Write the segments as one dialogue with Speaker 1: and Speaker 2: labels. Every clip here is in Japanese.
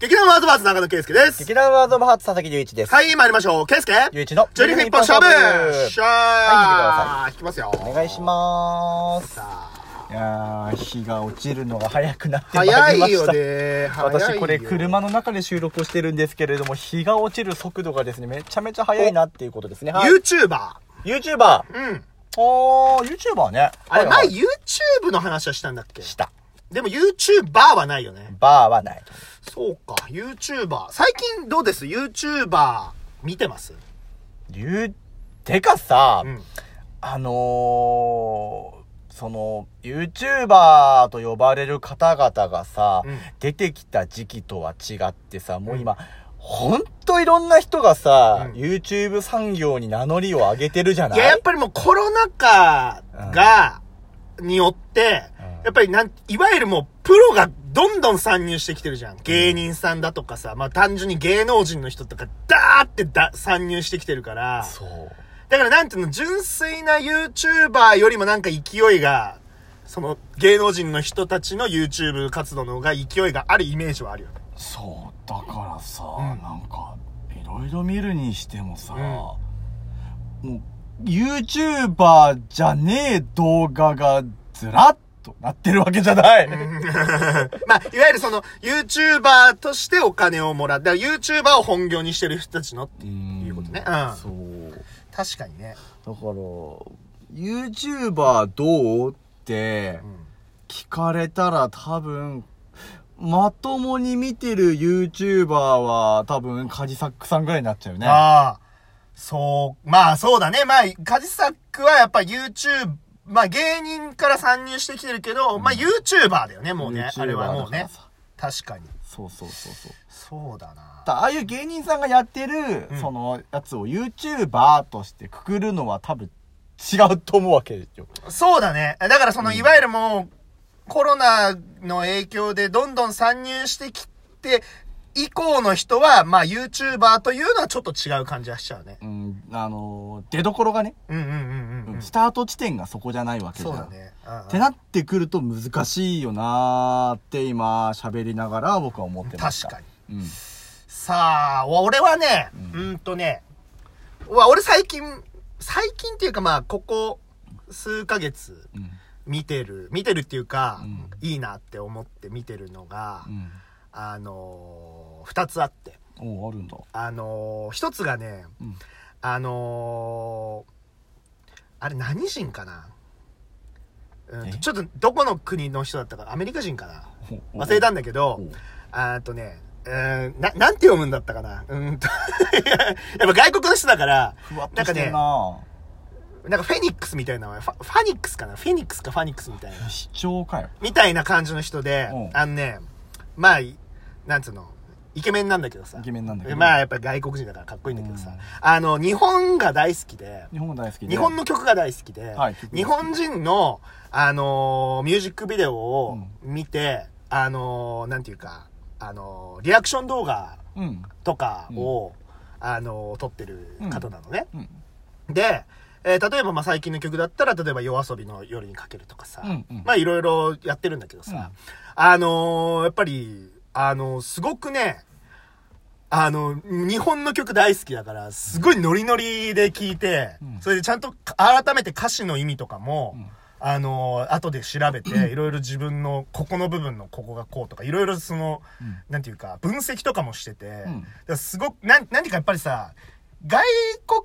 Speaker 1: 劇団ワードバーズ中野圭介です。
Speaker 2: 劇団ワードオブハーツ佐々木隆一です。
Speaker 1: はい、参りましょう。圭介
Speaker 2: 隆一の
Speaker 1: 12分一本勝負よっしゃー、
Speaker 2: は
Speaker 1: 引きますよ。
Speaker 2: お願いしまーす。
Speaker 1: さ
Speaker 2: いやー、日が落ちるのが早くなって
Speaker 1: あ
Speaker 2: まいりました。
Speaker 1: 早いよね。早い
Speaker 2: 私
Speaker 1: よ
Speaker 2: これ車の中で収録をしてるんですけれども、日が落ちる速度がですね、めちゃめちゃ速いなっていうことですね。はい。
Speaker 1: YouTuber。
Speaker 2: YouTuber!
Speaker 1: うん。
Speaker 2: おー、YouTuber ね。
Speaker 1: あれ、
Speaker 2: は
Speaker 1: 前
Speaker 2: いはい
Speaker 1: YouTube の話はしたんだっけ
Speaker 2: した。
Speaker 1: でも YouTuber はないよね。
Speaker 2: バーはない。
Speaker 1: そうか、YouTuber。最近どうです ?YouTuber 見てます
Speaker 2: ゆ、てかさ、
Speaker 1: うん。
Speaker 2: あのー、その、YouTuber と呼ばれる方々がさ、
Speaker 1: うん
Speaker 2: 出てきた時期とは違ってさ、もう今、ほんといろんな人がさ、
Speaker 1: うん
Speaker 2: YouTube 産業に名乗りを上げてるじゃない
Speaker 1: いや、やっぱりもうコロナ禍が、によって、
Speaker 2: うん
Speaker 1: やっぱりなん、いわゆるもうプロがどんどん参入してきてるじゃん。芸人さんだとかさ、まあ単純に芸能人の人とか、ダーってだ参入してきてるから、
Speaker 2: そう。
Speaker 1: だからなんていうの、純粋な YouTuber よりもなんか勢いが、その芸能人の人たちの YouTube 活動の方が勢いがあるイメージはあるよ ね。
Speaker 2: そうだからさ、
Speaker 1: うん
Speaker 2: なんかいろいろ見るにしてもさ、
Speaker 1: うん
Speaker 2: もう YouTuber じゃねえ動画がずらっとなってるわけじゃない、
Speaker 1: まあ、いわゆるその YouTuber としてお金をもらう。だから YouTuber を本業にしてる人たちのっていういうことねうん
Speaker 2: そう
Speaker 1: 確かにね。
Speaker 2: だから YouTuber どうって
Speaker 1: うん。
Speaker 2: 聞かれたら多分まともに見てる YouTuber は多分カジサックさんぐらいになっちゃうね
Speaker 1: ああ。そう、まあそうだね。まあ、カジサックはやっぱ YouTube、まあ芸人から参入してきてるけど、まあ YouTuber だよね、もうね。
Speaker 2: YouTuber
Speaker 1: あれはもう
Speaker 2: だから
Speaker 1: ね
Speaker 2: さ。
Speaker 1: 確かに。
Speaker 2: そうそうそうそう
Speaker 1: そうだな。
Speaker 2: ああいう芸人さんがやってる、
Speaker 1: うん
Speaker 2: そのやつを YouTuber としてくくるのは多分違うと思うわけよ。
Speaker 1: そうだね。だからその、いわゆるもう、コロナの影響でどんどん参入してきて、以降の人は、まあ YouTuber というのはちょっと違う感じはしちゃうね。
Speaker 2: うん、あのー出どころがね、
Speaker 1: うんうんうんうんうん。
Speaker 2: スタート地点がそこじゃないわけじゃ
Speaker 1: そ
Speaker 2: ん。
Speaker 1: うだね。うんうん
Speaker 2: ってなってくると難しいよなーって今喋りながら僕は思ってまし
Speaker 1: 確
Speaker 2: た。
Speaker 1: かに。
Speaker 2: に。うん。
Speaker 1: さあ、わ俺はね、うーんとね、うわ、俺最近、最近っていうかまあ、ここ数ヶ月
Speaker 2: うん。
Speaker 1: 見てる、見てるっていうか、
Speaker 2: うん
Speaker 1: いいなって思って見てるのが、
Speaker 2: うん。
Speaker 1: あのー二つあって。
Speaker 2: おうあるんだ。
Speaker 1: あのー一つがね、
Speaker 2: うん。
Speaker 1: あのーあれ何人かな、うん
Speaker 2: え
Speaker 1: と、ちょっとどこの国の人だったか、アメリカ人かな
Speaker 2: お
Speaker 1: 忘れたんだけ
Speaker 2: お
Speaker 1: ど
Speaker 2: う、
Speaker 1: あーとね、うーん、な、なんて読むんだったかなうーんと。 やっぱ外国の人だから、
Speaker 2: ふわ
Speaker 1: な
Speaker 2: っと
Speaker 1: んか
Speaker 2: して
Speaker 1: ね
Speaker 2: んな
Speaker 1: なんかフェニックスみたいな名前、ファファニックスかなフェニックスかファニックスみたいな。
Speaker 2: 視聴かよ。
Speaker 1: みたいな感じの人で
Speaker 2: う、ん
Speaker 1: あのね、まあ、いなんつうの、イケメンなんだけどさ。
Speaker 2: イケメンなんだけど
Speaker 1: まあやっぱ外国人だからかっこいいんだけど
Speaker 2: う
Speaker 1: さ
Speaker 2: ん。
Speaker 1: あの、日本が大好きで、
Speaker 2: 日本も大好きで。
Speaker 1: 日本の曲が大好きで、
Speaker 2: はい曲が好き
Speaker 1: 日本人の、あのーミュージックビデオを見て、あのーなんていうか、あのーリアクション動画
Speaker 2: うん。
Speaker 1: とかを、あのー撮ってる方なのね。
Speaker 2: うん。
Speaker 1: で、えー例えばまあ最近の曲だったら、例えば夜遊びの夜にかけるとかさ、
Speaker 2: うんうん
Speaker 1: まあいろいろやってるんだけどさ、
Speaker 2: うん
Speaker 1: あのーやっぱり、あのーすごくね、あの、日本の曲大好きだから、すごいノリノリで聴いて、
Speaker 2: うん
Speaker 1: それでちゃんと改めて歌詞の意味とかも、
Speaker 2: うん
Speaker 1: あのー後で調べて、いろいろ自分の、ここの部分のここがこうとか、いろいろその、
Speaker 2: うん
Speaker 1: なんていうか、分析とかもしてて、
Speaker 2: ん
Speaker 1: だからすごく、なん、何かやっぱりさ、外国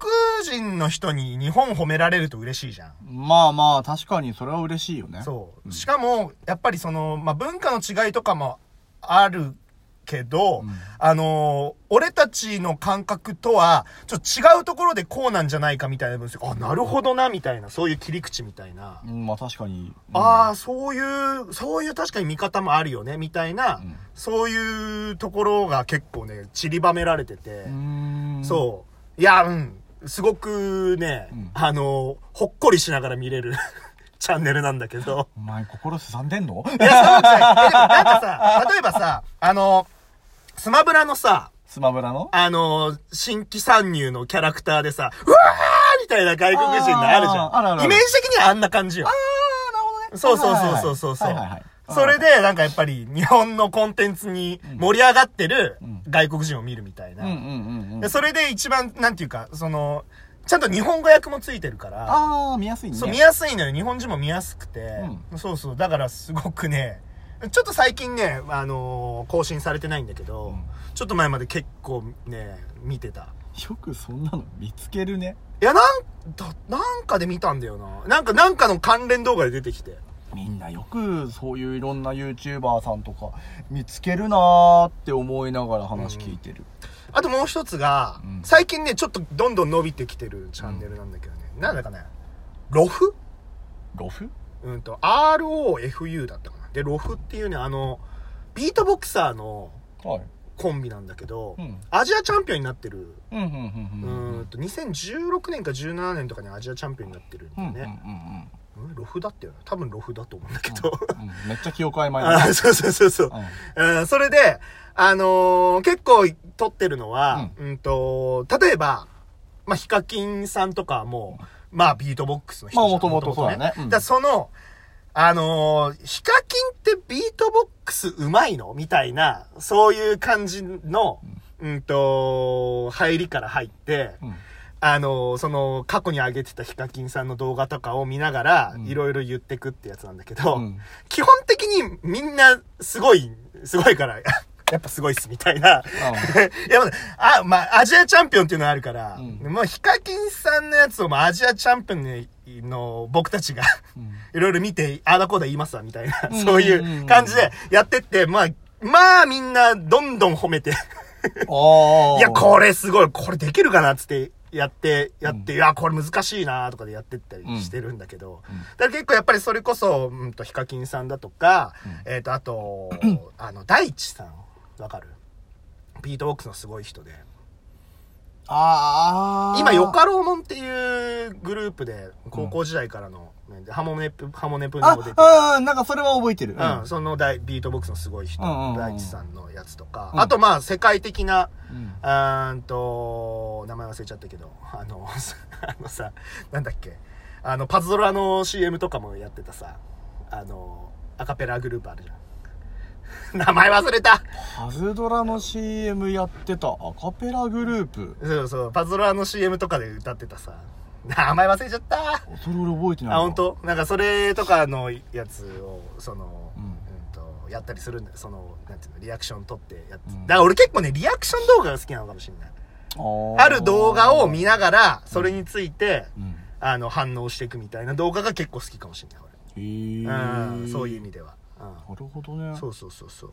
Speaker 1: 人の人に日本褒められると嬉しいじゃん。
Speaker 2: まあまあ、確かにそれは嬉しいよね。
Speaker 1: そう。しかも、やっぱりその、まあ、文化の違いとかもあるけど、
Speaker 2: うん
Speaker 1: あのー俺たちの感覚とは、ちょっと違うところでこうなんじゃないかみたいな分析、あ、なるほどな、みたいな、そういう切り口みたいな。
Speaker 2: うん、まあ確かに。
Speaker 1: ああ、そういう、そういう確かに見方もあるよね、みたいな、
Speaker 2: うん
Speaker 1: そういうところが結構ね、散りばめられてて、
Speaker 2: うん。
Speaker 1: そう。いや、うん。すごくね、
Speaker 2: うん
Speaker 1: あの、ほっこりしながら見れる チャンネルなんだけど。
Speaker 2: お前心すさんでんの
Speaker 1: い や、そうじゃない。えでもなんかさ、例えばさ、あの、スマブラのさ、
Speaker 2: スマブラの
Speaker 1: あの、新規参入のキャラクターでさ、うわーみたいな外国人のあるじゃ
Speaker 2: あーあるあ
Speaker 1: ん。
Speaker 2: る
Speaker 1: イメージ的にはあんな感じよ。
Speaker 2: ああ、なるほど
Speaker 1: そうそうそうそうそうそう。
Speaker 2: はいはいはい。
Speaker 1: それで、なんかやっぱり日本のコンテンツに盛り上がってる外国人を見るみたい
Speaker 2: うんうん
Speaker 1: な。
Speaker 2: うんう
Speaker 1: で
Speaker 2: ん。
Speaker 1: それで一番、なんていうか、その、ちゃんと日本語訳もついてるから、
Speaker 2: ああ、見やすいね。
Speaker 1: そう、見やすいのよ。日本人も見やすくて。そうそう。だからすごくね、ちょっと最近ね、あのー更新されてないんだけど、
Speaker 2: うん
Speaker 1: ちょっと前まで結構ね、見てた。
Speaker 2: よくそんなの見つけるね。
Speaker 1: いや、なんだ、なんかで見たんだよな。なんか、なんかの関連動画で出てきて。
Speaker 2: みんなよくそういういろんな YouTuber さんとか見つけるなーって思いながら話聞いてる。
Speaker 1: あともう一つが、
Speaker 2: うん
Speaker 1: 最近ね、ちょっとどんどん伸びてきてるチャンネルなんだけどね。なんだかね、ロフ
Speaker 2: ロフ
Speaker 1: うんと、ROFU だったかな。で、ロフっていうね、あの、ビートボクサーの
Speaker 2: はい。
Speaker 1: コンビなんだけど、
Speaker 2: うん。
Speaker 1: アジアチャンピオンになってる。
Speaker 2: うんうん
Speaker 1: う
Speaker 2: うんうん。
Speaker 1: ーんと、2016年か17年とかにアジアチャンピオンになってるんだ
Speaker 2: うんう
Speaker 1: よ
Speaker 2: んうん
Speaker 1: ね。うんロフだったよな。多分ロフだと思うんだけど。
Speaker 2: うんうんめっちゃ記憶曖 昧
Speaker 1: あ
Speaker 2: だ。
Speaker 1: ーそうそうそうそう。うん、それで、あのー結構撮ってるのは、うん、と、例えば、まあ、ヒカキンさんとかはもう、まあ、ビートボックスの人じゃん
Speaker 2: まあ元々そうだね
Speaker 1: 元々
Speaker 2: うん
Speaker 1: だからその、あのーヒカキンってビートボックスうまいのみたいな、そういう感じの、うんと、入りから入って、
Speaker 2: うん。うん
Speaker 1: あのーその、過去に上げてたヒカキンさんの動画とかを見ながら
Speaker 2: う、ん
Speaker 1: いろいろ言ってくってやつなんだけど、
Speaker 2: うん
Speaker 1: 基本的にみんなすごい、すごいから、 やっぱすごいっすみたいな。 いや、まあ、あまあ、アジアチャンピオンっていうのはあるから、
Speaker 2: うん
Speaker 1: もうヒカキンさんのやつを、まあ、アジアチャンピオンの僕たちが、 いろいろ見て、ああだこうだ言いますわ、みたいな、
Speaker 2: うん
Speaker 1: そういう感じでやってって、まあ、まあみんなどんどん褒めて、
Speaker 2: ああ。
Speaker 1: いや、これすごい、これできるかなっつって、やって、やって、いや、これ難しいなとかでやってったりしてるんだけど、
Speaker 2: ん
Speaker 1: だから結構やっぱりそれこそ、うんと、ヒカキンさんだとか、えっ、と、あ と、あの、大地さん、わかるビートボックスのすごい人で。
Speaker 2: ああ。
Speaker 1: 今、ヨカローモンっていうグループで、高校時代からの、ねハモネプ、ハモネプにも出てる
Speaker 2: あ、うん、なんかそれは覚えてる。
Speaker 1: うん、その大ビートボックスのすごい人、
Speaker 2: うんうんうん
Speaker 1: 大地さんのやつとか、
Speaker 2: うん
Speaker 1: あとまあ世界的な、
Speaker 2: うん
Speaker 1: うーんと、名前忘れちゃったけど、あの、 あのさ、なんだっけ、あの、パズドラの CM とかもやってたさ、あの、アカペラグループあるじゃん。 名前忘れた
Speaker 2: パズドラの CM やってたアカペラグループ。
Speaker 1: そうそう、パズドラの CM とかで歌ってたさ、名前忘れちゃった
Speaker 2: それ俺覚えてないな。
Speaker 1: あ、本当？なんかそれとかのやつを、その、
Speaker 2: う
Speaker 1: うんん、と、やったりするんだよ。その、なんていうの、リアクション取ってやって、
Speaker 2: うん
Speaker 1: だから俺結構ね、リアクション動画が好きなのかもしれない。
Speaker 2: あー
Speaker 1: ある動画を見ながら、それについて、
Speaker 2: うん。
Speaker 1: あの、反応していくみたいな動画が結構好きかもしれない、
Speaker 2: へえ
Speaker 1: 俺。うん、そういう意味
Speaker 2: で。
Speaker 1: では。う
Speaker 2: なるほどね
Speaker 1: ん。。そうそうそうそう。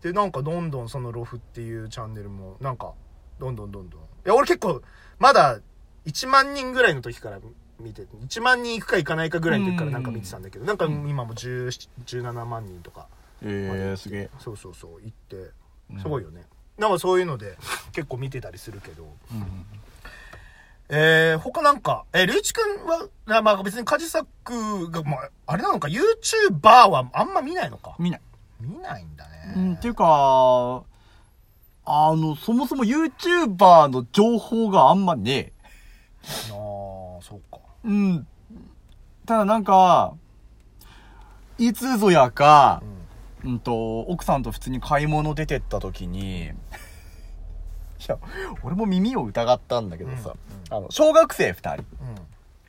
Speaker 1: で、なんかどんどんそのロフっていうチャンネルも、なんか、どんどんどんどん。いや、俺結構、まだ、1万人ぐらいの時から見て、1万人いくかいかないかぐらいの時からなんか見てたんだけど、なんか今も17 17万人とか、
Speaker 2: ええ、すげえ。
Speaker 1: そうそうそう、行って
Speaker 2: うん、
Speaker 1: すごいよね。なんかそういうので、結構見てたりするけど。
Speaker 2: うん
Speaker 1: えー、他なんか、えー、隆一くんは、なまあ別にカジサックが、まあ、あれなのか、YouTuber はあんま見ないのか。
Speaker 2: 見ない。
Speaker 1: 見ないんだね。
Speaker 2: うん、っていうか、あの、そもそも YouTuber の情報があんまね
Speaker 1: あーそうか。
Speaker 2: え。うん。ただなんか、いつぞやか
Speaker 1: う、ん。
Speaker 2: うんと、奥さんと普通に買い物出てった時に、 いや、俺も耳を疑ったんだけどさ、あの、小学生二
Speaker 1: う
Speaker 2: 人
Speaker 1: ん。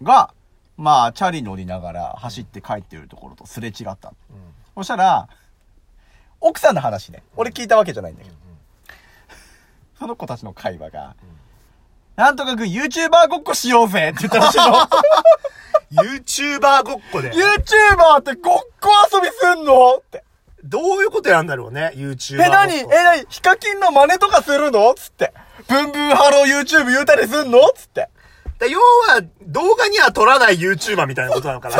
Speaker 2: が、まあ、チャリ乗りながら走って帰ってるところとすれ違ったの
Speaker 1: うん。
Speaker 2: そしたら、奥さんの話ね。俺聞いたわけじゃないんだけど。その子たちの会話が、なんとかくん YouTuber ごっこしようぜって言ったらしいの。
Speaker 1: YouTuber ごっこで。
Speaker 2: YouTuber ってごっこ遊びすんのって。
Speaker 1: どういうことやんだろうね、YouTuber ごっ
Speaker 2: え、
Speaker 1: こ。
Speaker 2: なにえ、なにヒカキンの真似とかするのつって。ブンブンハロー YouTube 言うたりすんのつって。
Speaker 1: だ要は、動画には撮らない YouTuber みたいなことなのかな。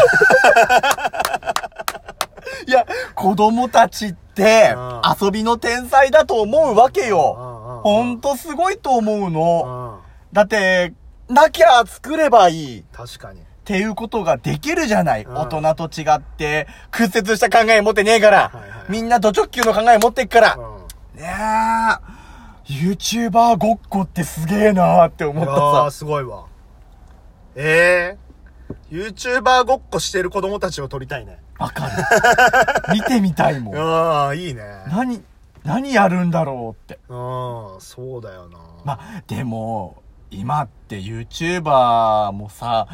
Speaker 2: いや、子供たちって
Speaker 1: うん、
Speaker 2: 遊びの天才だと思うわけ
Speaker 1: うんうんうん
Speaker 2: よ。ほんとすごいと思うの。
Speaker 1: うん。
Speaker 2: だって、なきゃ作ればいい。
Speaker 1: 確かに。
Speaker 2: っていうことができるじゃない。
Speaker 1: うん
Speaker 2: 大人と違って、屈折した考え持ってねえから、
Speaker 1: はいはい
Speaker 2: みんなド直球の考え持ってっから。
Speaker 1: うん。
Speaker 2: いやー、YouTuber ごっこってすげえなーって思っ
Speaker 1: いやー
Speaker 2: たさ。
Speaker 1: すごいわ。ええー。YouTuber ごっこしてる子供たちを撮りたいね。
Speaker 2: わかる。見てみたいもん。
Speaker 1: ああ、いいね。
Speaker 2: 何、何やるんだろうって。
Speaker 1: うん、そうだよな。
Speaker 2: まあ、でも、今って YouTuber もさ、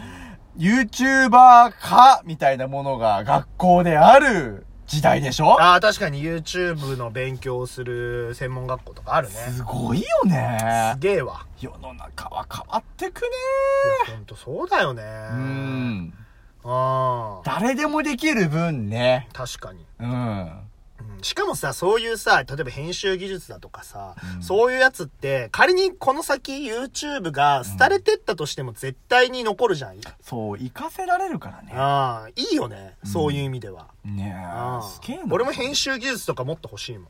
Speaker 2: YouTuber かみたいなものが学校である時代でしょ
Speaker 1: ああ、確かに YouTube の勉強をする専門学校とかあるね。
Speaker 2: すごいよね
Speaker 1: す。げえわ。
Speaker 2: 世の中は変わってくね
Speaker 1: いやほんとそうだよね。
Speaker 2: う。ん。
Speaker 1: ああ、
Speaker 2: 誰でもできる分ね。
Speaker 1: 確かに。
Speaker 2: うん。
Speaker 1: うんしかもさ、そういうさ、例えば編集技術だとかさ、
Speaker 2: うん
Speaker 1: そういうやつって、仮にこの先 YouTube が廃れてったとしても絶対に残るじゃん。
Speaker 2: そう、活かせられるからね。
Speaker 1: ああ、いいよね。そういう意味では。
Speaker 2: ね
Speaker 1: ああ
Speaker 2: え。すげえな。
Speaker 1: 俺も編集技術とかもっと欲しいもん。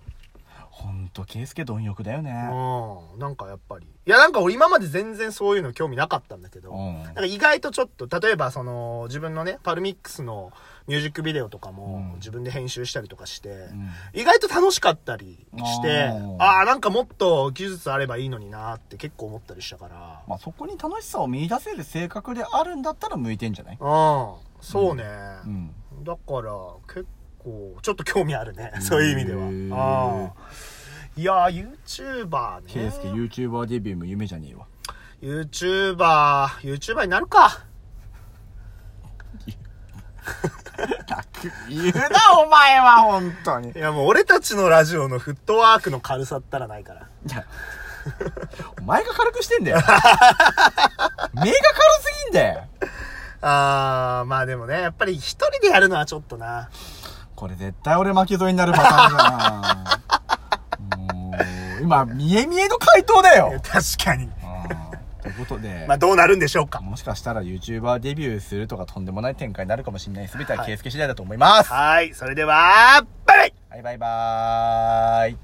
Speaker 2: ほんと、ケイスケ貪欲だよね。
Speaker 1: うん、なんかやっぱり。いや、なんか俺今まで全然そういうの興味なかったんだけど、
Speaker 2: うん
Speaker 1: なんか意外とちょっと、例えばその、自分のね、パルミックスのミュージックビデオとかも
Speaker 2: うん
Speaker 1: 自分で編集したりとかして、
Speaker 2: うん
Speaker 1: 意外と楽しかったりして
Speaker 2: あー、
Speaker 1: ああ、なんかもっと技術あればいいのになって結構思ったりしたから、
Speaker 2: まあ、そこに楽しさを見出せる性格であるんだったら向いてんじゃない
Speaker 1: うん、そうね。
Speaker 2: うん。
Speaker 1: だから、結構、ちょっと興味あるね。そういう意味で
Speaker 2: へー
Speaker 1: は。うん。いやー、YouTuber ね。
Speaker 2: ケイスケ YouTuber デビューも夢じゃねえわ。
Speaker 1: YouTuber、YouTuber になるか。
Speaker 2: 楽 言うな、お前は、ほんとに。い
Speaker 1: いやもう俺たちのラジオのフットワークの軽さったらないから。
Speaker 2: や、お前が軽くしてんだよ。目が軽すぎんだよ。
Speaker 1: あー、まあでもね、やっぱり一人でやるのはちょっとな。
Speaker 2: これ絶対俺負け添いになるパターンじゃん。もう今、見え見えの回答だよ。
Speaker 1: 確かに。
Speaker 2: うんということで、
Speaker 1: まあどうなるんでしょうか。
Speaker 2: もしかしたら YouTuber デビューするとかとんでもない展開になるかもしれない。すべては圭介次第だと思います。
Speaker 1: はい、それでは、バイバイ
Speaker 2: はい、バイバーイ。